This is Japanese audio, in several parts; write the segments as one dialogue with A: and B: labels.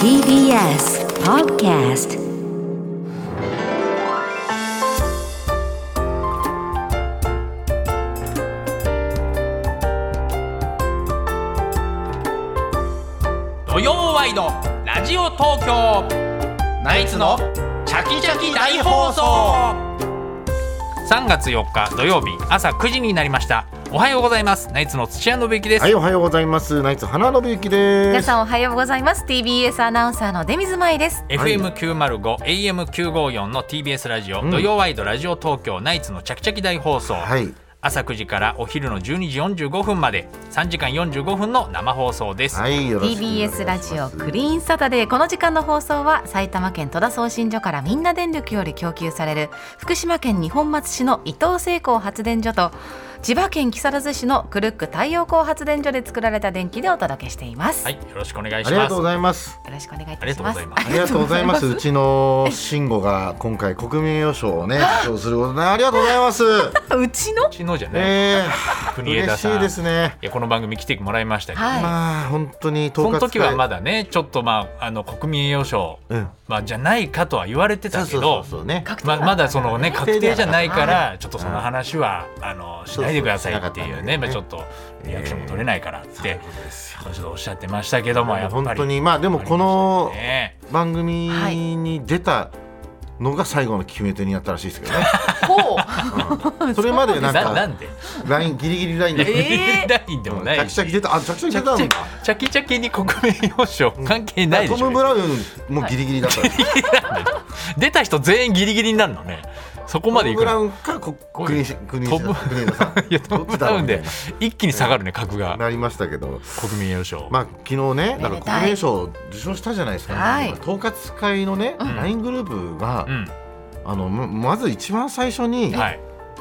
A: TBS Podcast
B: 土曜ワイドラジオ東京ナイツのチャキチャキ大放送3月4日土曜日朝9時になりましたおはようございますナイツの土屋信之です、
C: はい、おはようございます。ナイツ花信之で
D: 皆
C: す。
D: さんおはようございます TBS アナウンサーの出水舞です
B: FM905、AM954 の TBS ラジオ、土曜ワイドラジオ東京ナイツのチャキチャキ大放送、
C: はい、
B: 朝9時からお昼の12時45分まで3時間45分の生放送です、
C: はい、よろしくお願いします
D: TBS ラジオクリーンサタデーこの時間の放送は埼玉県戸田送信所からみんな電力より供給される福島県二本松市の伊東製鋼発電所と千葉県木更津市のクルック太陽光発電所で作られた電気でお届けしています、
B: はい、よろしくお願い
C: あ
B: し
C: り
B: ま
C: が
B: す
C: とうございます。
D: よろしくお願いい
B: あり
D: た
B: がと
D: しま
B: うござい
D: す
B: ます
C: ありがとうござ います。うちの慎吾が今回国民栄誉賞 をね、受賞することで、ありがとうございます。
D: うちの
B: うちのじゃない、
C: ええ
B: 国枝
C: 嬉
B: さん
C: しいですね。
B: いやこの番組来てもらいましたけど、
D: はい
C: まあ、本当に統
B: そ
C: 括
B: の時はま
C: だ。
B: だねちょっとまああの国民栄誉賞、
C: うん、
B: まあ、じゃないかとは言われて
C: そ
B: た
C: う
B: け
C: そうそ
B: ど
C: うそうね。
D: 確定
B: ま
D: は
B: まだそのね
C: 確定
B: 確定じゃないか
C: は
B: らちょっとその話はあのしないでくださいっていうね
C: そうそう
B: まあ、
C: し
B: ちょっ
C: なかった
B: とリアクションも取れないからっ
C: そうい
B: て
C: うことですよ
B: ちょっとおっしゃってましたけどもやっぱり
C: 本当に、まあ、でも、この
B: ね
C: 番組に出た。のが最後の決め手になったらしいですけどね。
D: ほ
C: それまでな
B: なんな
C: か
B: んで
C: ラインギリギリラインで、
B: え
C: うん
B: えラインでもな
C: チャ
B: い
C: キ
B: し
C: チャキ出た、あ、チャキチャキ出たんだ。
B: チャキチャキに国民栄誉賞関係ないでし
C: ト
B: ょ、
C: ム・ブラウンもギリギリだったんです
B: 出た人全員ギリギリになるのねそこまでい
C: ト
B: く
C: ムブラ
B: の
C: ウンかこ国西国西
B: トム
C: 国枝さん
B: いやトム・ブラウンで一気に下がるね格が
C: なりましたけど、
B: 国民栄誉賞、
C: まあ昨日ね、
D: めで
C: だから国
D: たい
C: 民栄誉賞を受賞したじゃないですか、
D: はい
C: 統括会のね、
B: ん
C: LINE グループが、
B: うん
C: あのままず一番最初に、
B: はい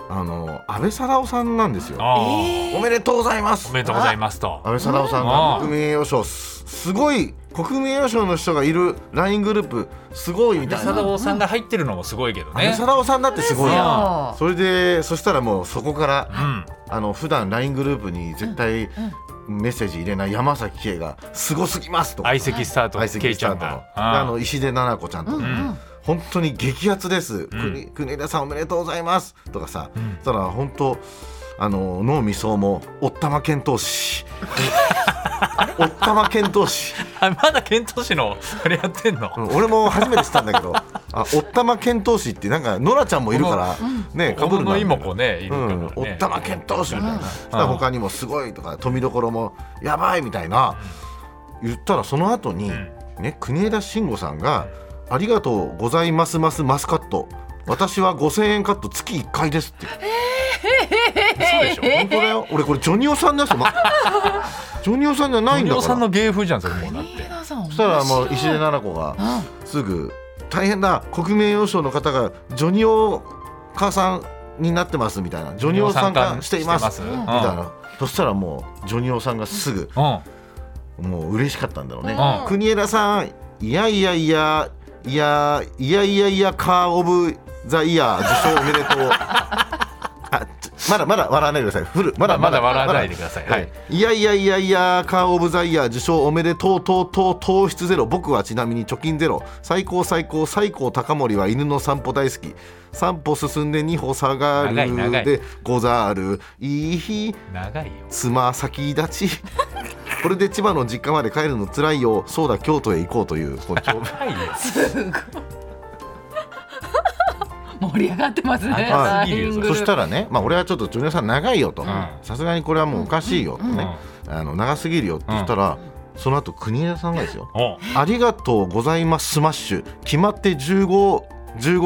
C: あの安倍貞夫さんなんですよ。
B: あ
D: う
B: ー
D: え
C: おめでとうございます。
B: お
C: 安
B: めでとうございますと
C: 倍貞夫さん
B: う
C: が
B: ん
C: 国民栄誉賞すすごい国民栄誉賞の人がいる LINE グループすごいみたい
B: 安倍
C: な。
B: 貞夫さんが入ってるのもすごいけど
C: 安倍
B: ね。
C: 貞夫さんだってすごいやん。
D: ーそう
C: それでそしたらもうそこから
B: うん、
C: あの普段 LINE グループに絶対メッセージ入れない山崎圭が「すごすぎます」と
B: 相席スタート、
C: 相
B: ケ
C: 席
B: イ
C: ス
B: ちゃ
C: ター
B: ん
C: トの
B: が。
C: あ
B: うん
C: の石出奈々子ちゃんと、
D: うんうん
C: 本当に激アツです、国国枝さんおめでとうございます」とかさ、そしたら本当あの脳みそも「おったま遣 唐使」おったま遣唐使
B: あ、まだ遣唐使の、あれやってんの。
C: うん俺も初めて知ったんだけど「あおったま遣唐使」ってなんかノラちゃんもいるから、ねか
B: 小
C: ぶ
B: 室
C: る
B: の
C: な
B: 妹子ね、いる
C: う
B: からね。
C: ん、おったま遣唐使みたいな、そしたら他にもすごいとか富どころもやばいみたいな、言ったらその後に、ね国枝慎吾さんが「ありがとうございますますマスカット私は5000円カット月1回です」って
B: そうでしょ。
C: 本当だよ俺これジョニオさんです よ、ま、ジョニオさんじゃないんだ
B: 小
C: か
B: さん
C: ら
B: の芸風じゃん、それもうだって。
D: 皆さん面
C: そし
D: 白
C: た
D: い
C: らもう石出奈々子がすぐ「大変だ国名誉賞の方がジョニオ母さんになってます」みたいな「ジョニオさん化しています」
B: う
C: み
B: ん
C: たいなそしたらもうジョニオさんがすぐ
B: うん、あ
C: もう嬉しかったんだろうね
B: う。ん
C: 国枝さん、いやいやいや、いや、いやいやいや、カーオブザイヤー受賞おめでとう。あ、ちょまだまだ笑わないでください。フル、まだ
B: ま
C: ま
B: だ
C: だ
B: 笑わないでください。
C: はい。いやいやいやいや、カーオブザイヤー受賞おめでとう、とうとう、糖質ゼロ。僕はちなみに貯金ゼロ。最高最高最高高森は犬の散歩大好き。三歩進んで二歩下がる
B: 長い長い
C: でござる。いい日。
B: 長いよ。
C: つま先 立ちこれで千葉の実家まで帰るの辛いよそうだ京都へ行こうという こうちょ
B: 長いよ。
D: 盛り上がってますね
B: はい
D: LINE グループ
C: そしたらね、まあ、俺はちょっとジュニアさん長いよと
B: ん
C: さすがにこれはもうおかしいよとね、あの長すぎるよって言ったら、その後国枝さんがですよ
B: お、
C: 「ありがとうございますスマッシュ」決まって1515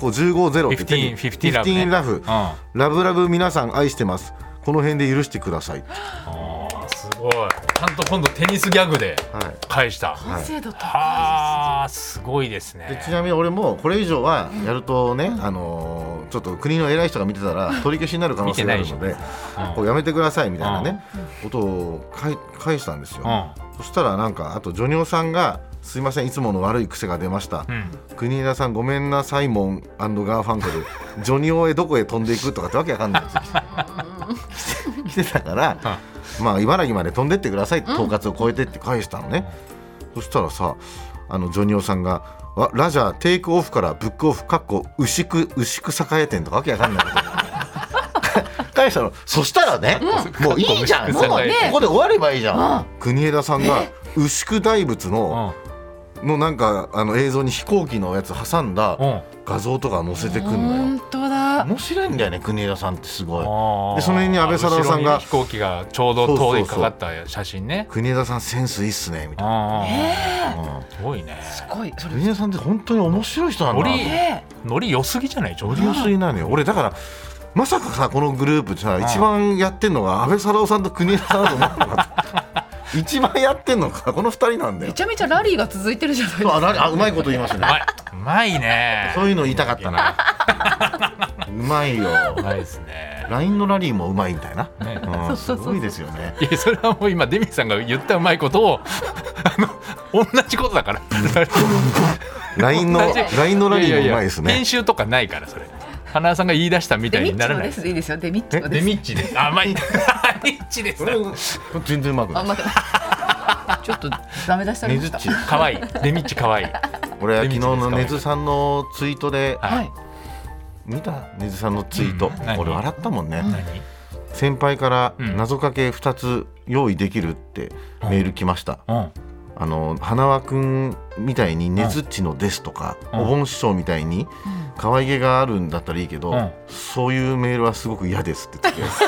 C: こう15ゼロって言って
B: 15ラブね
C: 15ラフ
B: うん、あ
C: ラブラブ皆さん愛してますこの辺で許してください、
B: ーすごい。ちゃんと今度テニスギャグで
C: はい、
B: 返した。は
D: 完成度高い
B: あ、すごいです
C: で
B: ね。
C: ちなみに俺もこれ以上はやるとね、あのーちょっと国の偉い人が見てたら取り消しになる可能性があるので、
B: うん
C: こうやめてくださいみたいなね、ことを返返したんですよ、
B: う
C: そしたらなんかあとジョニオさんが「すいませんいつもの悪い癖が出ました、
B: ん、うん。
C: 国枝さんごめんなサイモンガーファンクルジョニオへどこへ飛んでいく」とかってわけわかんないんですよ来てたから、まあ、茨城まで飛んでってくださいって統括を超えてって返したのね、そしたらさあのジョニオさんがわ「ラジャーテイクオフからブックオフ」かっこ牛久牛久栄店とかわけわかんないこと 返したのそしたらね、もういいじゃんもう
B: もう
C: こ
B: ね
C: こで終わればいいじゃん、国枝さんが牛久大仏の,、のなんかあの映像に飛行機のやつ挟んだ
B: うん
C: 画像とか載せてくんのよ、
D: 本当だ。
C: 面白いんだよね国枝さんってすごい
B: で
C: でその辺に安倍貞夫さんが
B: 飛行機がちょうど通りかかった写真ね
C: 国枝さんセンスいいっすねみたい
B: あ
D: え
C: な、
B: ーすごいね
D: ー、すごい。そ
C: うん
D: れ。
C: 国枝さんって本当に面白い人なんだな
B: 俺
D: え
B: ノリ良すぎじゃないちょう
C: 俺
B: ど
C: 良すぎなのよ俺だからまさかさこのグループでさ
B: ん
C: 一番やってんのが安倍貞夫さんと国枝さんだと思ってなかった 一番やってんのかこの二人なん
D: ー、
C: だよ
D: めちゃめちゃラリーが続いてるじゃないです
C: あ
D: か。
C: なにあうまいこと言います
B: う
C: ね
B: まいうまいね
C: そういうの言いたかったな うまいよ
B: うまいですね
C: LINE のラリーもうまいみたいな、
B: ね
C: うん、すごいですよね
B: いやそれはもう今デミさんが言ったうまいことをあの同じことだから
C: LINE の
B: 同じ
C: LINE のラリーもうまいです
B: やや
C: ね
B: 編集とかないからそれ花輪さんが言い出したみた
D: デ
B: い
D: ミ
B: に
D: ッ
B: な
D: チ
B: ら
D: の
B: ない
D: です。いいですよ。デミッチので
B: デ
D: す。
B: ミッチですあうまいデミッチです
C: これこれ全然うまくな
D: あ、
C: い
D: 待って。 ちょっとダメ出しされ
C: ね
D: ま
C: ず
D: し。
C: ったち
B: 可愛いデミッチ可愛い
C: 俺は昨日の
B: ね
C: ね
B: ず
C: ずさんのツイートで
B: はい
D: はい。
C: 見たねずさんのツイート、
B: うん何
C: 俺笑ったもんね、
B: 何
C: 先輩から
B: うん
C: 謎かけ2つ用意できるってメール来ました、
B: うん
C: あの花輪くんみたいにねずっちのですとか、
B: うん
C: お盆師匠みたいに可愛げがあるんだったらいいけど、
B: うん
C: そういうメールはすごく嫌ですって言 ってて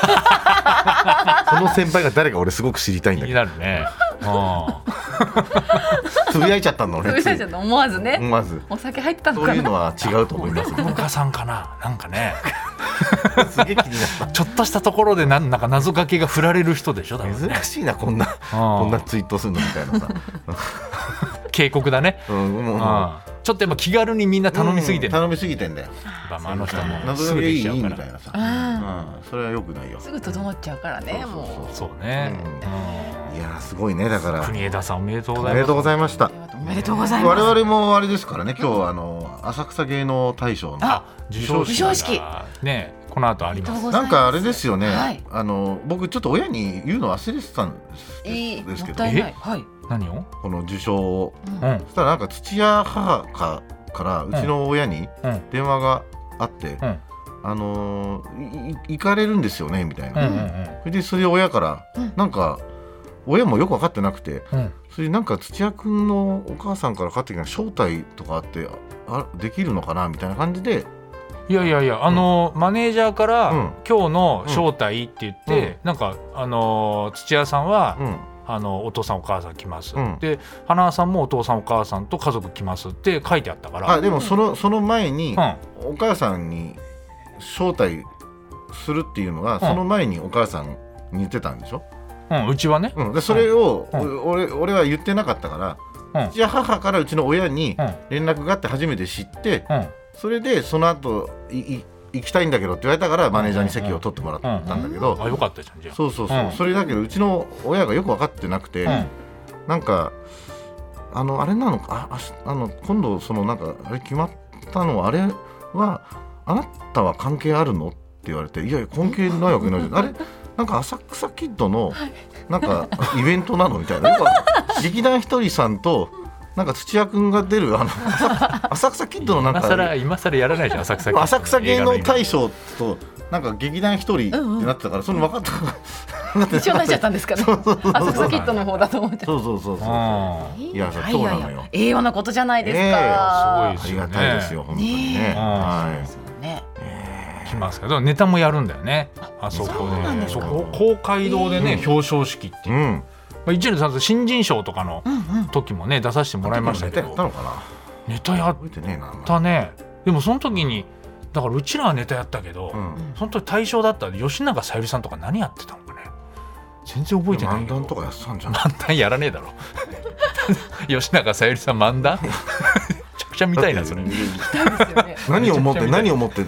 C: その先輩が誰か俺すごく知りたいん
B: 気
C: だ
B: に
C: けど
B: なるねああ
C: つぶやいちゃったの
D: そ
C: 俺
D: れ
C: つ
D: じ
C: い
D: ゃ思わずね。
C: まず
D: お酒入ってたの
C: そう
D: か
C: いうの
D: な。
C: は違うと思 います
B: 文化さんかななんかね
C: すげえ気になった
B: ちょっとしたところでなんなんか謎かけが振られる人でしょ多分ね
C: 珍しいなこんなこんなツイートするのみたいなさ、
B: 警告だね
C: うん、もう
B: ああちょっとやっぱ気軽にみんな頼みすぎて
C: うん
B: る
C: 頼みすぎてんだよ
B: まあまああの人はもう
C: 謎
B: す
C: か
B: ぐ
C: け
B: で
C: い
B: き
C: い
B: ちゃう
C: み
B: か
C: たい
B: ら
C: なさ、
D: あ
C: うん、それは良くないよ
D: ーすぐ整っちゃうからね。もう。
B: そうね
C: う
B: うん
C: いやーすごいねだから
B: 国枝さんおめでとうご
C: お
B: ざい
C: めで
B: ます
C: とうございました
D: おめでとうござい
C: 我
D: ます。
C: 々もあれですからね今日あの浅草芸能大賞の
D: あ
C: 授賞
B: 授
C: 式
B: がねこの後あります
C: なんかあれですよね、
D: はい
C: あの僕ちょっと親に言うの忘れてたんです
D: いい。も
C: で
D: っ
C: すけど
D: たいない。はい。
B: 何を
C: この受賞を
B: うんうん
C: そしたらなんか土屋母かからうちの親に
B: うん
C: 電話があって、
B: うん
C: あのーいい行かれるんですよねみたい
B: うん
C: な、それでそれで親から、
D: うん
C: なんか親もよく分かってなくて
B: うんうん
C: それでなんか土屋君のお母さんから買ってきた招待とかあってあできるのかなみたいな感じで
B: いやいやいやあのマネージャーから
C: うん
B: 「今日の招待」って言ってなんかあの土屋さんは
C: うん
B: あのお父さんお母さん来ます
C: うん
B: で花輪さんもお父さんお母さんと家族来ますって書いてあったか
C: あ
B: ら
C: でもそのその前に
B: うん
C: お母さんに招待するっていうのは、その前にお母さんに言ってたんでしょ、
B: うんうちはね
C: うん、でそれを、
B: うん
C: お俺俺は言ってなかったから、
B: うん
C: 土屋母からうちの親に
B: うん
C: 連絡があって初めて知って
B: うん
C: それでその後いい行きたいんだけどって言われたからマネージャーに席を取ってもらったんだけど、
B: あよかったじゃんじゃ
C: そうそうそう、
B: うん
C: それだけどうちの親がよく分かってなくて、
B: あ
C: なんかあのあれなのかああしあの今度そのなんかあれ決まったのはあれはあなたは関係あるのって言われていやいや関係ないわけないじゃんあれなんか浅草キッドのなんかイベントなのみたいななんか劇団ひとりさんとなんか土屋君が出るあの浅浅草キッドのなん
B: 今更
C: か
B: 今更やらないじゃん浅草
C: 浅草芸能大
B: 賞
C: 賞となんか劇団ひとりってなってたからそれ分かったから分かってなかった
D: 一緒になっちゃったんです かね。浅草キッドの方だと思って。
C: そうそうそうそう
B: うん
C: いやそうそうなのよ
D: 栄養なことじゃないです
C: ええ
D: か。
B: すご
C: ありがたいですよ、本当にね。
D: ねえ
C: は
D: ね。
B: 来ますけどネタもやるんだよねあそこ
D: そうなん
B: で
D: です
B: そ
D: か
B: こ公会堂でね、
C: うん
B: 表彰式って
C: い。
B: いうう、ま
C: ん。
B: あ、一年さ新人賞とかの
D: うんうん。
B: 時もね出させてもらいましたけ
C: やっ
B: ど
C: たのかな。
B: ネタやっ
C: 覚えてねえな。
B: たねでもその時にだからうちらはネタやったけど、
C: うん。
B: その時大賞だった吉永小百合さんとか何やってたのかね全然覚えてない
C: 漫
B: けど
C: 談とかやってたんじゃない。
B: 漫談やらねえだろ 吉永小百合さん漫談めちゃくちゃ見たいなそれ
C: だって
D: 痛いですよね。
C: 何を思って
B: めちゃくちゃ見たい
C: 何を思って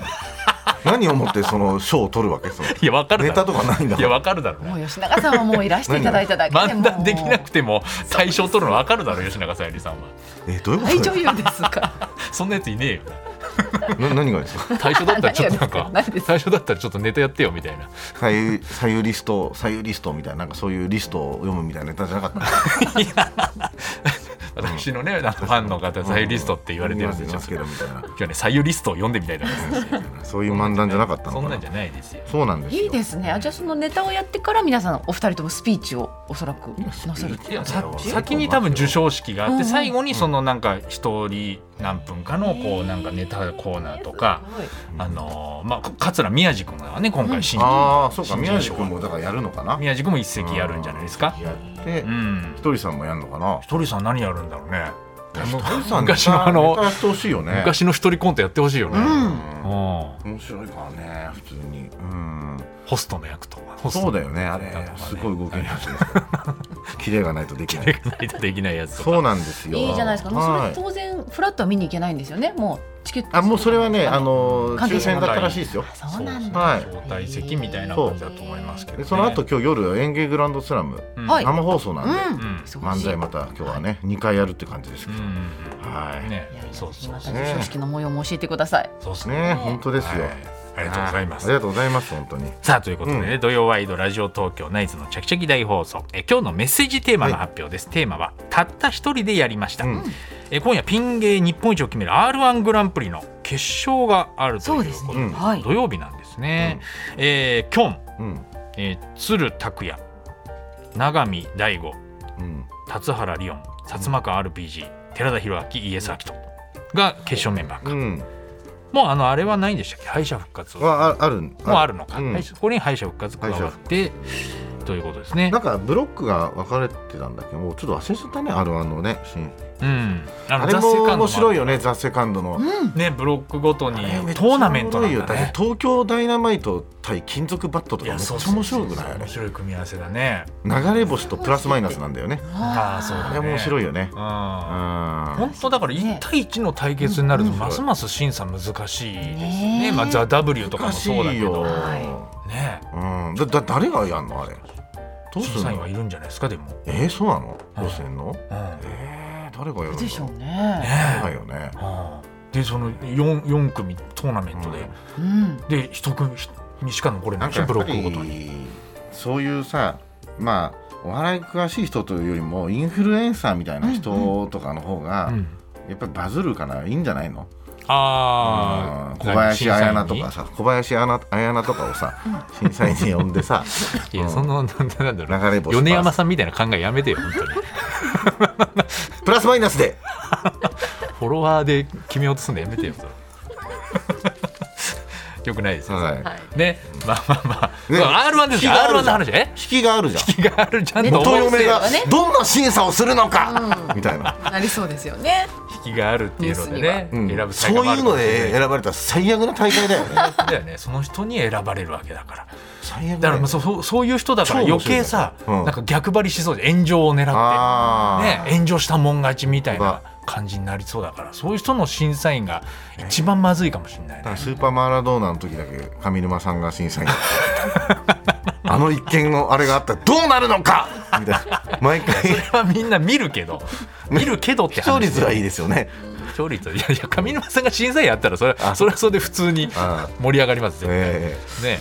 C: 何を思ってその賞を取るわけその
B: いやわかる
C: ネ
B: だ
C: タ
B: ろ
C: とかないんだ
B: い
C: か
B: や
C: ら。
B: わかるだ ろ
D: もう吉永さんはもういらしていただいただけで
B: 漫
D: も
B: 談できなくても大賞取るの分かるだろ吉永小百合さんは
C: えどういうこと
D: 大？女優ですから。
B: そんなやついねえよ
C: な何がですか
B: 最初だったらちょっとなんか
D: 何がですか何ですか
B: 最初だったらちょっとネタやってよみたいな
C: 左右左右リスト左右リストみたいななんかそういうリストを読むみたいなネタじゃな かった
B: 私のねあのファンの方左右リストって言われてるんです
C: 言
B: よ
C: いますけどみたいな
B: 今日ね左右リストを読んでみたいな
C: そういう漫談じゃなかったの
B: そん
C: か
B: な
C: なん
B: じゃないですよ
C: そうなんですよ
D: いいですねあじゃあそのネタをやってから皆さんお二人ともスピーチをおそらくなさる
B: いやさ
C: そう
B: 先に多分授賞式があっ
D: うんう
B: て
D: ん
B: 最後にそのなんか一人何分かのこうなんかネタコーナーとかあのーまあ桂宮治君がね今回新人
C: ああそうか
B: 新人
C: 宮治君もだからやるのかな
B: 宮治君も一席やるんじゃないですか
C: やって
B: うん
C: ひとりさんもやるのかな
B: ひとりさん何やるんだろうね
C: ひとりさん
B: 昔のあの
C: ネタやってほしいよね
B: 昔の一人コントやってほしいよね
C: うん
B: うん
C: 面白いからね普通にうん
B: ホストの役とかホス
C: そ
B: ト
C: う
B: の
C: だよねあれ
B: だとかね
C: すごい動きになってるんですよキレがないとできない
B: ないとできないやつとか
C: そうなんですよ
D: いいじゃないですかもうそ
C: は
D: れ当然フラットは見に行けないんですよねもうチケット
C: あもうそれはねあの
D: 関係
C: 抽
D: 者
C: 選
D: の
C: だ
D: 方
C: ったらしいですよ
D: あそうなんだ
C: はい
B: 招待席みたいな感じだと思いますけど、ね、
C: でその後今日夜演芸グランドスラム
B: うん
D: はい
C: 生放送なんで
D: うん
B: うん
D: 忙しい
C: 漫才また今日はね2回やるって感じです
B: う
C: けど
B: ん
C: はいね
B: ね
D: いやいや
B: そうそう
D: また
B: そう
C: ね
D: 授賞式の模様も教えてください
B: そうですね
C: ね本当ですよ
B: はいありがとうございま
C: あ
B: す
C: りがとうございます本当に
B: さあということで、ね土曜ワイドラジオ東京ナイツのチャキチャキ大放送え今日のメッセージテーマの発表です、テーマは「たった一人でやりました」
C: うん
B: え今夜ピン芸日本一を決める r 1グランプリの決勝があるということで
C: ねうん
D: はい
B: 土曜日なんですね、えーキョン、
C: うん
B: えー、鶴拓也永見大吾
C: うん
B: 辰原リオン薩摩川 RPG 寺田博明イエス・アキトが決勝メンバーか、
C: うん
B: もうあのあれはないんでしたっけ敗者復活も
C: はあある
B: うあるのか、
C: うん
B: 敗者ここに敗者復活加わってということですね
C: なんかブロックが分かれてたんだけどもうちょっと忘れちゃったね r 1のねシーン
B: うんあ
C: あ
B: の
C: れ
B: ザセカンド
C: も
B: も
C: 面白いよねザ・セカンドの
B: ねブロックごとに
C: あれめっちゃ
B: トーナメントなん
C: おもろいよ
B: だ
C: だ
B: ね
C: って東京ダイナマイト対金属バットとかめっちゃ面白くないあ
B: 面白い組み合わせだね
C: れ流れ星とプラスマイナスなんだよね
B: ああそうだ
C: あ
B: ね
C: れ面白いよね
B: うん
C: うん
B: 本当だから1対1の対決になるとますます審査難しいですね
D: ねえ
B: まあ「ザ・ w とかも
C: 難し
B: そうだ
C: い
B: け
C: よ
B: ど
D: は
B: ね
C: うんだだ誰がやんのあれどうす
B: 審
C: る
B: 査員は
C: の
B: いるんじゃないですかでも、
C: えーそうなのどうすんの
B: うん
C: えー誰がやるの
D: でしょう
B: ね
D: ね
B: え
C: 誰がよね
B: うんでその 4, 四組トーナメントで、
D: うん
B: で1組にしか残れな
C: なん
B: い
C: かやっ
B: ブロ
C: ぱ
B: ックごとに。
C: りそういうさまあお笑い詳しい人というよりもインフルエンサーみたいな人とかの方が、
B: うん
C: やっぱりバズるからいいんじゃないの
B: あ
C: うん
B: ー
C: 小林彩菜
B: 何
C: と
B: 審査員に
C: かさ小林彩菜彩菜とかをさ審査員に呼ん でさ
B: いや、
C: うん
B: その、なんだ、なんだろ
C: 流れ
B: う。
C: 星
B: 米山さんみたいな考えやめてよ、本当に。
C: プラスマイナスで
B: フォロワーで決めようとすんのやめてよ、それ よくないですよ。
C: は
D: はい
B: ね、まあまあまあ、
C: ね
B: R1 ですよ、
C: 引きがあ
B: R1
C: る
B: の話、
C: じゃん
B: え
C: い引きがあるじゃん
B: 引きがあるじゃんと
C: 元
B: 思っ
C: 嫁
B: て、
C: が
D: そうね
C: どんな審査をするのか、みたいな、
D: なりそうですよね
B: 引きがあるっていうのでね、
C: うん
B: 選ぶ才能
C: そう
B: もあ
C: い
B: る
C: う
B: かも
C: の
B: しれ
C: で
B: ない
C: 選ばれたら最悪な大会だよね
B: だよね、その人に選ばれるわけだから。
C: 最悪
B: だか
C: だ
B: ら
C: よ
B: まあ
C: ね
B: そうそうそういう人だから
C: 超面
B: 余
C: 白い
B: 計さ、
C: うん
B: なんか逆張りしそうで炎上を狙って、
C: あー
B: ね、炎上したもん勝ちみたい
C: そう
B: な感じになりそうだからそういう人の審査員が一番まずいかもしれない
C: だか
B: ね
C: ら。スーパーマラドーナの時だけ上沼さんが審査員だったあの一件のあれがあったらどうなるのかみたいな毎回
B: それはみんな見るけ ど見るけどって
C: 視聴
B: 話
C: 率はいいですよね
B: 視聴率はいやいや上沼さんが審査員やったらそれは
C: あ
B: それはそれで普通に
C: あ
B: 盛り上がります絶
C: あ
B: 対
C: え
B: ね
C: え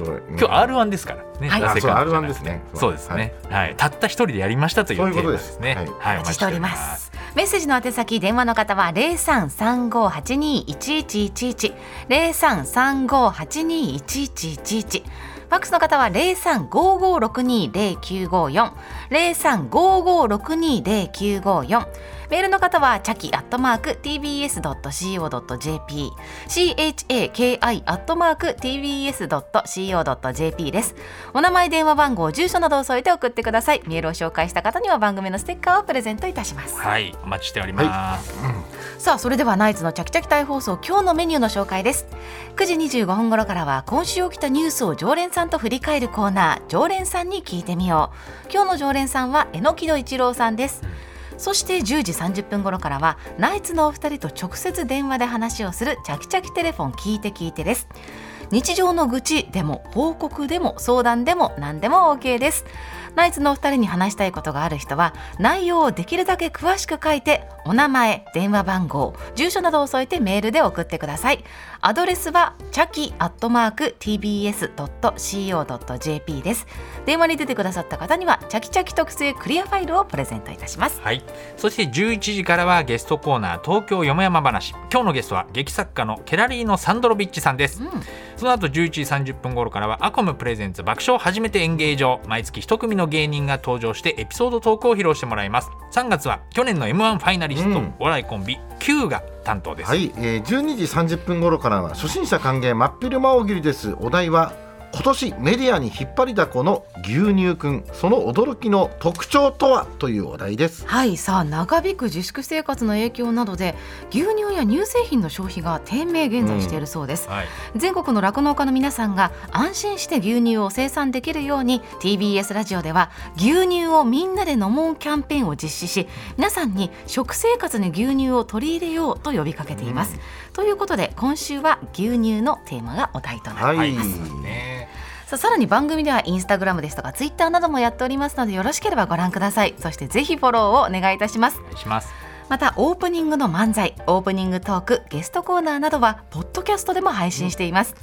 C: 面白い、うん
B: 今日 r 1ですからね、
D: はい
B: 打席は
C: あそう R1 ですね
B: そうですね、はいたった一人でやりましたという
C: そういう
B: テ
C: こ
B: ーマ
C: と
B: で
C: です
B: すね
C: は
B: は
C: い
B: い
D: お
B: お
D: 待
B: 待
D: ち
B: ち
D: し
B: してて
D: お
B: お
D: り
B: り
D: ま
B: ます
D: す。メッセージの宛先、電話の方は零三三五八二一一一一零三三五八二一一一一。ファックスの方は零三五五六二零九五四零三五五六二零九五四。メールの方はチャキアットマーク tbs ドット co ドット jp c h a k i アットマーク tbs ドット co ドット jp です。お名前、電話番号、住所などを添えて送ってください。メールを紹介した方には番組のステッカーをプレゼントいたします。
B: はいお待ちしております、
D: さあそれではナイツのチャキチャキ大放送今日のメニューの紹介です9時25分頃からは今週起きたニュースを常連さんと振り返るコーナー常連さんに聞いてみよう今日の常連さんは榎木戸一郎さんですそして10時30分頃からはナイツのお二人と直接電話で話をするチャキチャキテレフォン聞いて聞いてです日常の愚痴でも報告でも相談でも何でも OK ですナイツのお二人に話したいことがある人は内容をできるだけ詳しく書いてお名前電話番号住所などを添えてメールで送ってくださいアドレスはチャキアットマーク tbs.co.jp です電話に出てくださった方にはチャキチャキ特製クリアファイルをプレゼントいたします
B: はい、そして11時からはゲストコーナー東京よもやま話今日のゲストは劇作家のケラリーノ・サンドロビッチさんです、その後11時30分頃からはアコムプレゼンツ爆笑初めて演芸場毎月一組の芸人が登場してエピソードトークを披露してもらいます3月は去年の m 1ファイナリスト、
C: うん
B: お笑いコンビ Q が担当です、
C: はい、えー、12時30分頃からは初心者歓迎真っ昼間大喜利ですお題は今年メディアに引っ張りだこの牛乳くんその驚きの特徴とはというお題です
D: はいさあ長引く自粛生活の影響などで牛乳や乳製品の消費が低迷現在しているそうです、
B: はい
D: 全国の酪農家の皆さんが安心して牛乳を生産できるように TBS ラジオでは牛乳をみんなで飲もうキャンペーンを実施し皆さんに食生活に牛乳を取り入れようと呼びかけています、ということで今週は牛乳のテーマがお題となります、
C: はい、
B: はいね
D: さあさらに番組ではインスタグラムですとかツイッターなどもやっておりますのでよろしければご覧くださいそしてぜひフォローをお願いいたします
B: お願いします
D: またオープニングの漫才オープニングトークゲストコーナーなどはポッドキャストでも配信しています、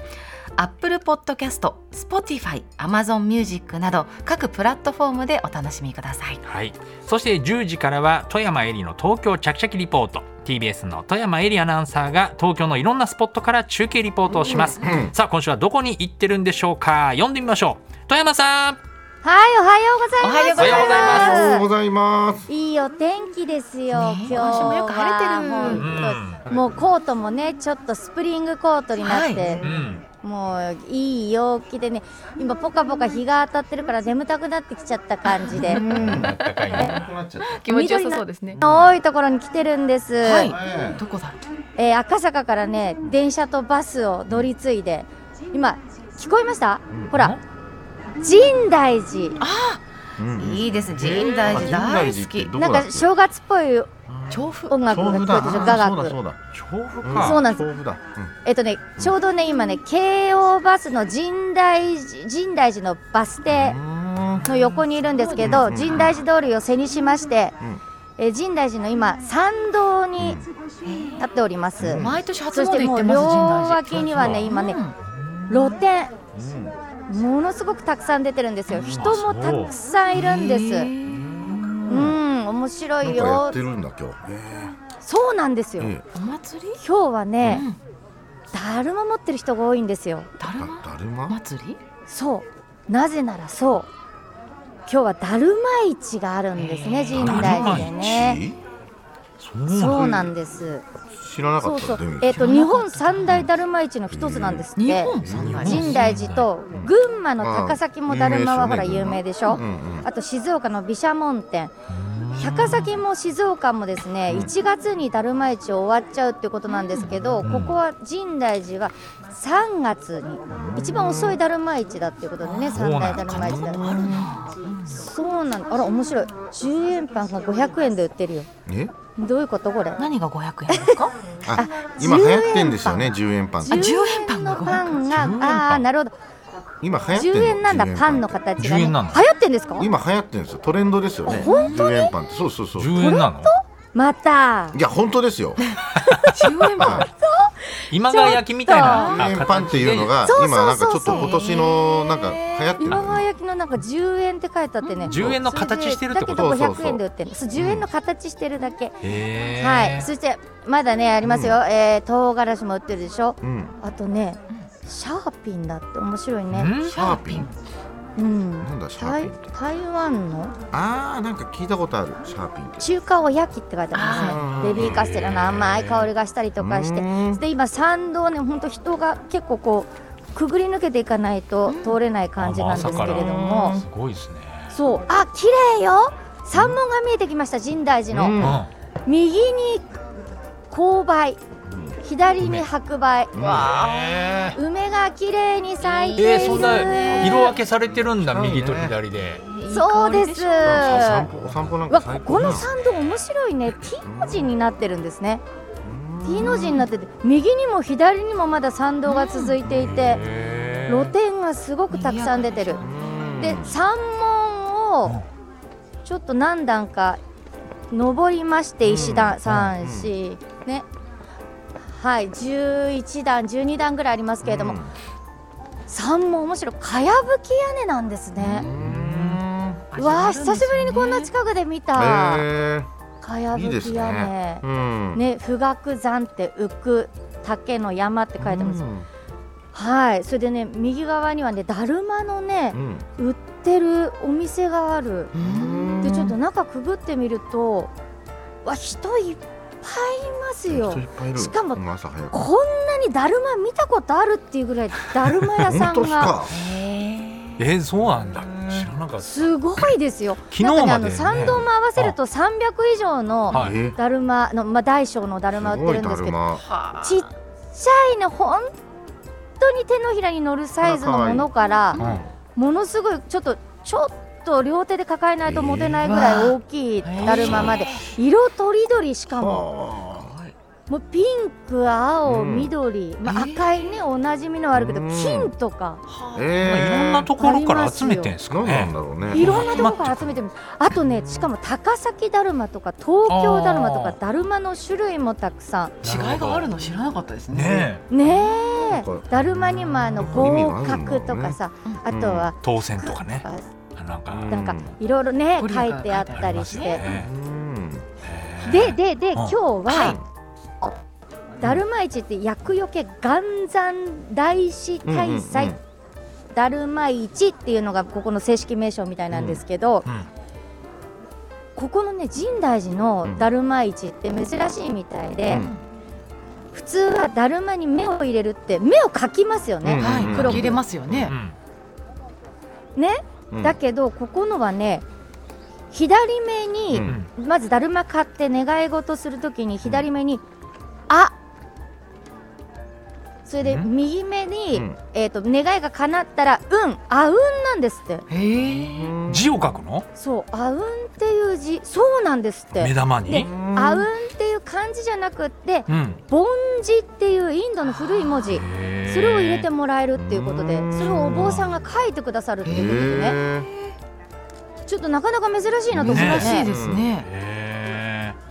D: Apple Podcast、Spotify、Amazon Music など各プラットフォームでお楽しみください
B: はい、そして10時からは富山エリの東京ちゃきちゃきリポート TBS の富山エリアナウンサーが東京のいろんなスポットから中継リポートをします、さあ今週はどこに行ってるんでしょうか読んでみましょう富山さん
E: はい、おはようございま
D: お
E: す。
D: はようございますお
C: おはよう
E: い
C: ございます
E: いお天気ですよ、
D: ねえ
E: 今日
D: 今週
E: は
D: もよく晴れてる
E: 本当もうコートもね、ちょっとスプリングコートになって、
B: うん
E: もういい陽気でね、今ポカポカ日が当たってるから眠たくなってきちゃった感じで、
B: 高いね
F: 気持ちよさそうですね。
E: 多いところに来てるんです。
D: はい、どこだ
E: えー赤坂からね、電車とバスを乗り継いで、今聞こえました？ほら、深大寺。
D: いいですね深大寺大好き
E: なんか正月っぽい
D: 調布
E: 音楽
C: 調
E: が聞
C: 布
E: こ
C: だ
E: え
C: あそうだ
E: てる、雅楽。
C: そうだ
B: 調布
C: うん
B: か、
E: そうなんです
C: 調布だ、
E: えっとね、ちょうどね、今ね、京王バスの神大寺、神大寺のバス停
C: うん
E: の横にいるんですけ
C: う
E: ど、
C: ん
E: 神大寺通りを背にしまして
C: うん、
E: えー神大寺の今、参道になっております。
D: 毎年初
E: そし
D: 詣
E: て
D: 行
E: も
D: っ
E: う
D: て
E: 両
D: ます深大寺
E: 脇にはね、今ね
D: うん、
E: 露店、ものすごくたくさん出てるんですよ。人もたくさんいるんです。うん、面
C: な
E: 白
C: ん
E: い
C: かや
E: よ
C: って。るんだ今日、
E: そうなんですよ。
C: ええ
D: お祭り
E: 今日はね
D: うん、
E: だるま持ってる人が多いんですよ。
D: だるま
C: だだるま
D: 祭り
E: そうなぜならそう今日はだるま市があるんですね神代寺でねそうなんです
C: 知らなか
E: そ
C: っ
E: うそ
C: た
E: う
C: どいう意味
E: えっ、と日本三大だるま市の一つなんですっ
D: 日
E: て
D: 本三大
E: 神代寺と群馬の高崎もだるまはほら
C: うん
E: 有名でしょ
C: うんうん
E: あと静岡の毘沙門天高崎も静岡もですね1月にだるま市終わっちゃうっていうことなんですけどここは神代寺は3月に一番遅いだるま市だっていうことでね三大だるま市だ
D: あるな
E: そうなんだあら面白い10円パンが500円で売ってるよ
C: え
E: どういうことこれ
D: 何が500円ですか
C: あ今流行ってんですよね10円パン
D: あ10円パンが
E: の
D: 500円
E: パンが
B: 10円パン
E: ああなるほど
C: 今流行ってん
E: 10
C: の
E: 円なんだ
C: 10
E: パンの形がね
B: 10
E: 流
B: 円な
E: 行
B: んだ
E: ってんですか
C: 今流行ってるんですよトレンドですよね
E: あ本
C: 当に10円パンってそうそうそう
B: 10円なの
E: また
C: いや本当ですよ
D: 10円パン
B: 今川焼きみたいな
C: 10円パンっていうのが
E: そうそう
C: 今なんかちょっと
E: そうそう
C: 今年のなんか流行ってる
E: 今
C: の
E: 川
C: ね
E: 焼きのなんか10円って書いてあってね
B: 10円の形してるってこと
E: それでだ
C: そう
E: け
C: そうそう
E: ど500円で売ってるそう10円の形してるだけ
B: え
E: はいそしてまだねありますよえー唐辛子も売ってるでしょ
C: うん
E: あとねシャーピンだって面白いね
B: ん
C: シャーピン
E: うん
C: なんだシャーピン
E: 台
C: って
E: 台湾の
C: あーなんか聞いたことあるシャーピンって
E: 中華おやきって書いてありますねベビーカステラの甘い香りがしたりとかして
C: うん
E: で今参道ね本当人が結構こうくぐり抜けていかないと通れない感じなんですけれど
B: あ
E: も
B: すごいですね
E: そうあ綺麗よ山門が見えてきました深大寺
C: う
E: の
C: ん
B: う
E: 右に勾配左に白梅
B: んわえ
E: 梅が綺麗に咲いてい
B: え
E: る
B: そんな色分けされてるんだ右と左で
E: そうです
C: お散歩お散歩なん
E: うわ
C: か最高
E: ここの
C: な
E: 参道面白いね T の字になってるんですね T の字になってて右にも左にもまだ参道が続いていて露店がすごくたくさん出てるで山門をちょっと何段か登りまして石
C: う
E: 段
C: ん
E: 三四ねはい11段12段ぐらいありますけれども、
C: うん
E: 山門むしろかやぶき屋根なんですね、うわあ久しぶりにこんな近くで見た、
C: へ
E: かや
C: えいい
E: ぶ
C: です
E: き屋根
C: ね。うん。
E: ね富岳山って浮く竹の山って書いてあります、
C: うん
E: はいそれでね右側にはねだるまのね
C: うん
E: 売ってるお店があるでちょっと中くぐってみるとわ人いっぱいいますよ
C: 人いっぱいいる
E: しかも
C: うん朝早く。
E: こんなにだるま見たことあるっていうぐらいだるま屋
C: 本
E: さ
C: 当
E: ん
C: っす
E: が
C: か。
B: えー、そうなんだ知らなかっ
E: すごいですよ。
B: 昨日
E: なんかね
B: までね
E: あの参道も合わせると300以上の
B: たはい
C: え
E: だるまの、まあ、大小のだるます売
C: ご
E: ってる
C: い
E: んで
C: だ
E: す
C: る
E: けど
C: ま。
F: はあ
E: ちっちゃいの本当に手のひらに乗るサイズのものから
C: うん
E: ものすごいちょっとちょっと両手で抱えないと持てないぐらい大きいだるままで色とりどりしかも
C: あ
E: もうピンク青
C: うん
E: 緑、まあ、
F: えー
E: 赤いねおなじみのはあるけど
C: うん
E: 金とか
F: は
C: ー
F: あ
B: いろん
C: え
B: なところから集めてんす
C: ー
B: か
C: 何なん
B: ね
C: だろうね。
E: いろんなとこから集めてますあとねしかも高崎だるまとか東京だるまと
B: あ
E: か
B: ー
E: だるまの種類もたくさ
F: 違いがあるの知らなかったですね。
B: ね
E: んね
C: なん
E: え
C: か
E: だるまにもあの
C: 意味があ
E: 合
C: るんだろうね
E: 格とかさあとは
B: え当選とかねなんか
E: なんかいろいろね
F: ゴリ
E: 書
F: ラ
E: い
F: が
E: てあったりし
B: あ
E: て
B: りますよね
C: うん
E: ででで今日
C: は
E: はいだるま市って厄除け元山大師大
C: うんう
E: 祭
C: んうん
E: だるま市っていうのがここの正式名称みたいなんですけど、
B: うん
E: ここのね深大寺のだるま市って珍しいみたいで、
C: うん
E: 普通はだるまに目を入れるって目を描きますよね、
F: はい、
E: 黒
F: 黒
E: く
F: 入れますよね。
E: ね
C: うん
E: だけどここのはね左目
C: う
E: に、
C: ん
E: まずだるま買って願い事するときに左目に「あ」それで
B: うん
E: 右目に、
C: うん
E: えー、と願いが叶ったら「うん」「あうん」なんですって
F: へえ。
C: うん
B: 字を書くの
E: そう「あうん」っていう字そうなんですっ
B: 目
E: て
B: 玉
E: で
B: に
E: 「あうん」っていう漢字じゃなくって
B: うん
E: 「梵字」っていうインドの古い文字それを入れてもらえるっていうことで
C: うん
E: それをお坊さんが書いてくださるって
C: へ
E: いうことでね
C: え
E: ちょっとなかなか珍しいなと
B: う
E: 思
B: んね
E: っ
F: 珍
E: て
F: しい
E: ね
F: ですね。
B: へー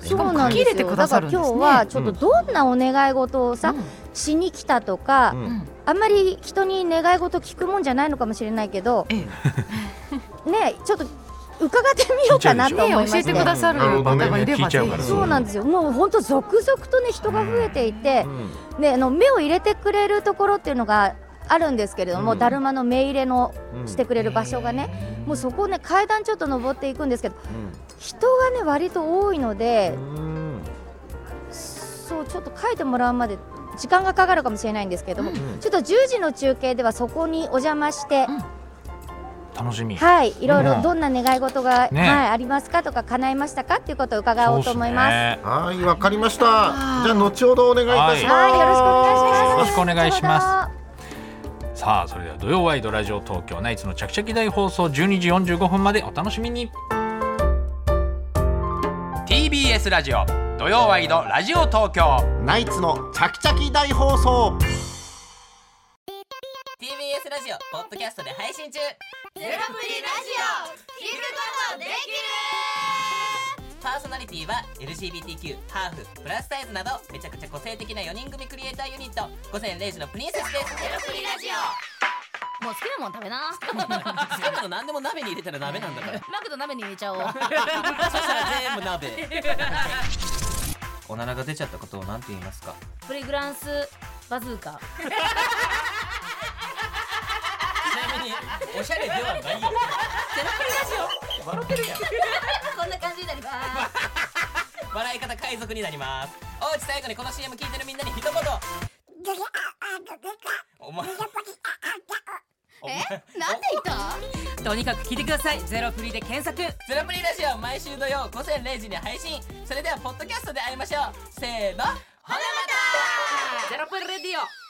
E: そうなんで
F: しかも書き
E: す
F: 入れて
E: よ
F: く
E: だ
F: だ
E: か
F: さ
E: ら
F: るんで
E: 今
F: す
E: 日
F: ね
E: はちょっとどんなお願い事をさしに来たとか
C: うん
F: うん
E: あんまり人に願い事聞くもんじゃないのかもしれないけど
F: え え。ね
E: ねちょっと伺ってみようかなと思いまし
F: 教え
E: て
F: てくださる方がい
B: なる
F: ればぜ
B: ほどね聞いちゃうから
F: ひ。
E: そうなんですよもう本当続々とね人が増えていて
C: うん
E: ねあの目を入れてくれるところっていうのがあるんですけれども、
C: うん
E: だるまの目入れの
C: うん
E: してくれる場所がね、もうそこをね階段ちょっと登っていくんですけど人がね割と多いので、
C: うん
E: そうちょっと書いてもらうまで時間がかかるかもしれないんですけども、
C: ん
E: ちょっと10時の中継ではそこにお邪魔して、
B: 楽しみ
E: はいいろい
B: うん
E: ろどんな願い事が、
B: ね
E: はい、ありますかとか叶いましたかっていうことを伺おうと思います。
C: はいわかりましたじゃあ後ほどお願いいたします
E: はい、よろしくお願いします。
B: よろしくお願いします
E: どう
B: す
E: ぞ
B: さあそれでは土曜ワイドラジオ東京ナイツのチャキチャキ大放送12時45分までお楽しみに TBS ラジオ土曜ワイドラジオ東京
C: ナイツのチャキチャキ大放送
G: TBS ラジオポッドキャストで配信中ゼロプリラジオ聞くことできるパーソナリティは LGBTQ ハーフプラスサイズなどめちゃくちゃ個性的な4人組クリエイターユニット午前0時のプリンセスですゼロプリラジオ
H: もう好きなもん食べな。
G: 好きなの何でも鍋に入れたら鍋なんだから
H: マクド鍋に入れち ゃおう。
G: そしたら全部鍋おならが出ちゃったことを何て言いますか
H: プリグランスバズーカ。
G: ちなみにおしゃれではないよゼロプリラジオ笑ってるやん
H: こんな感じになります。
G: 笑い方海賊になりますおうち最後にこの CM 聞いてるみんなに一言お前お前
H: なんで言った？とにかく聞いてください。ゼロプリで検索。
G: ゼロプリラジオ毎週土曜午前0時に配信それではポッドキャストで会いましょうせーのほなまた
H: ゼロプリレディオ。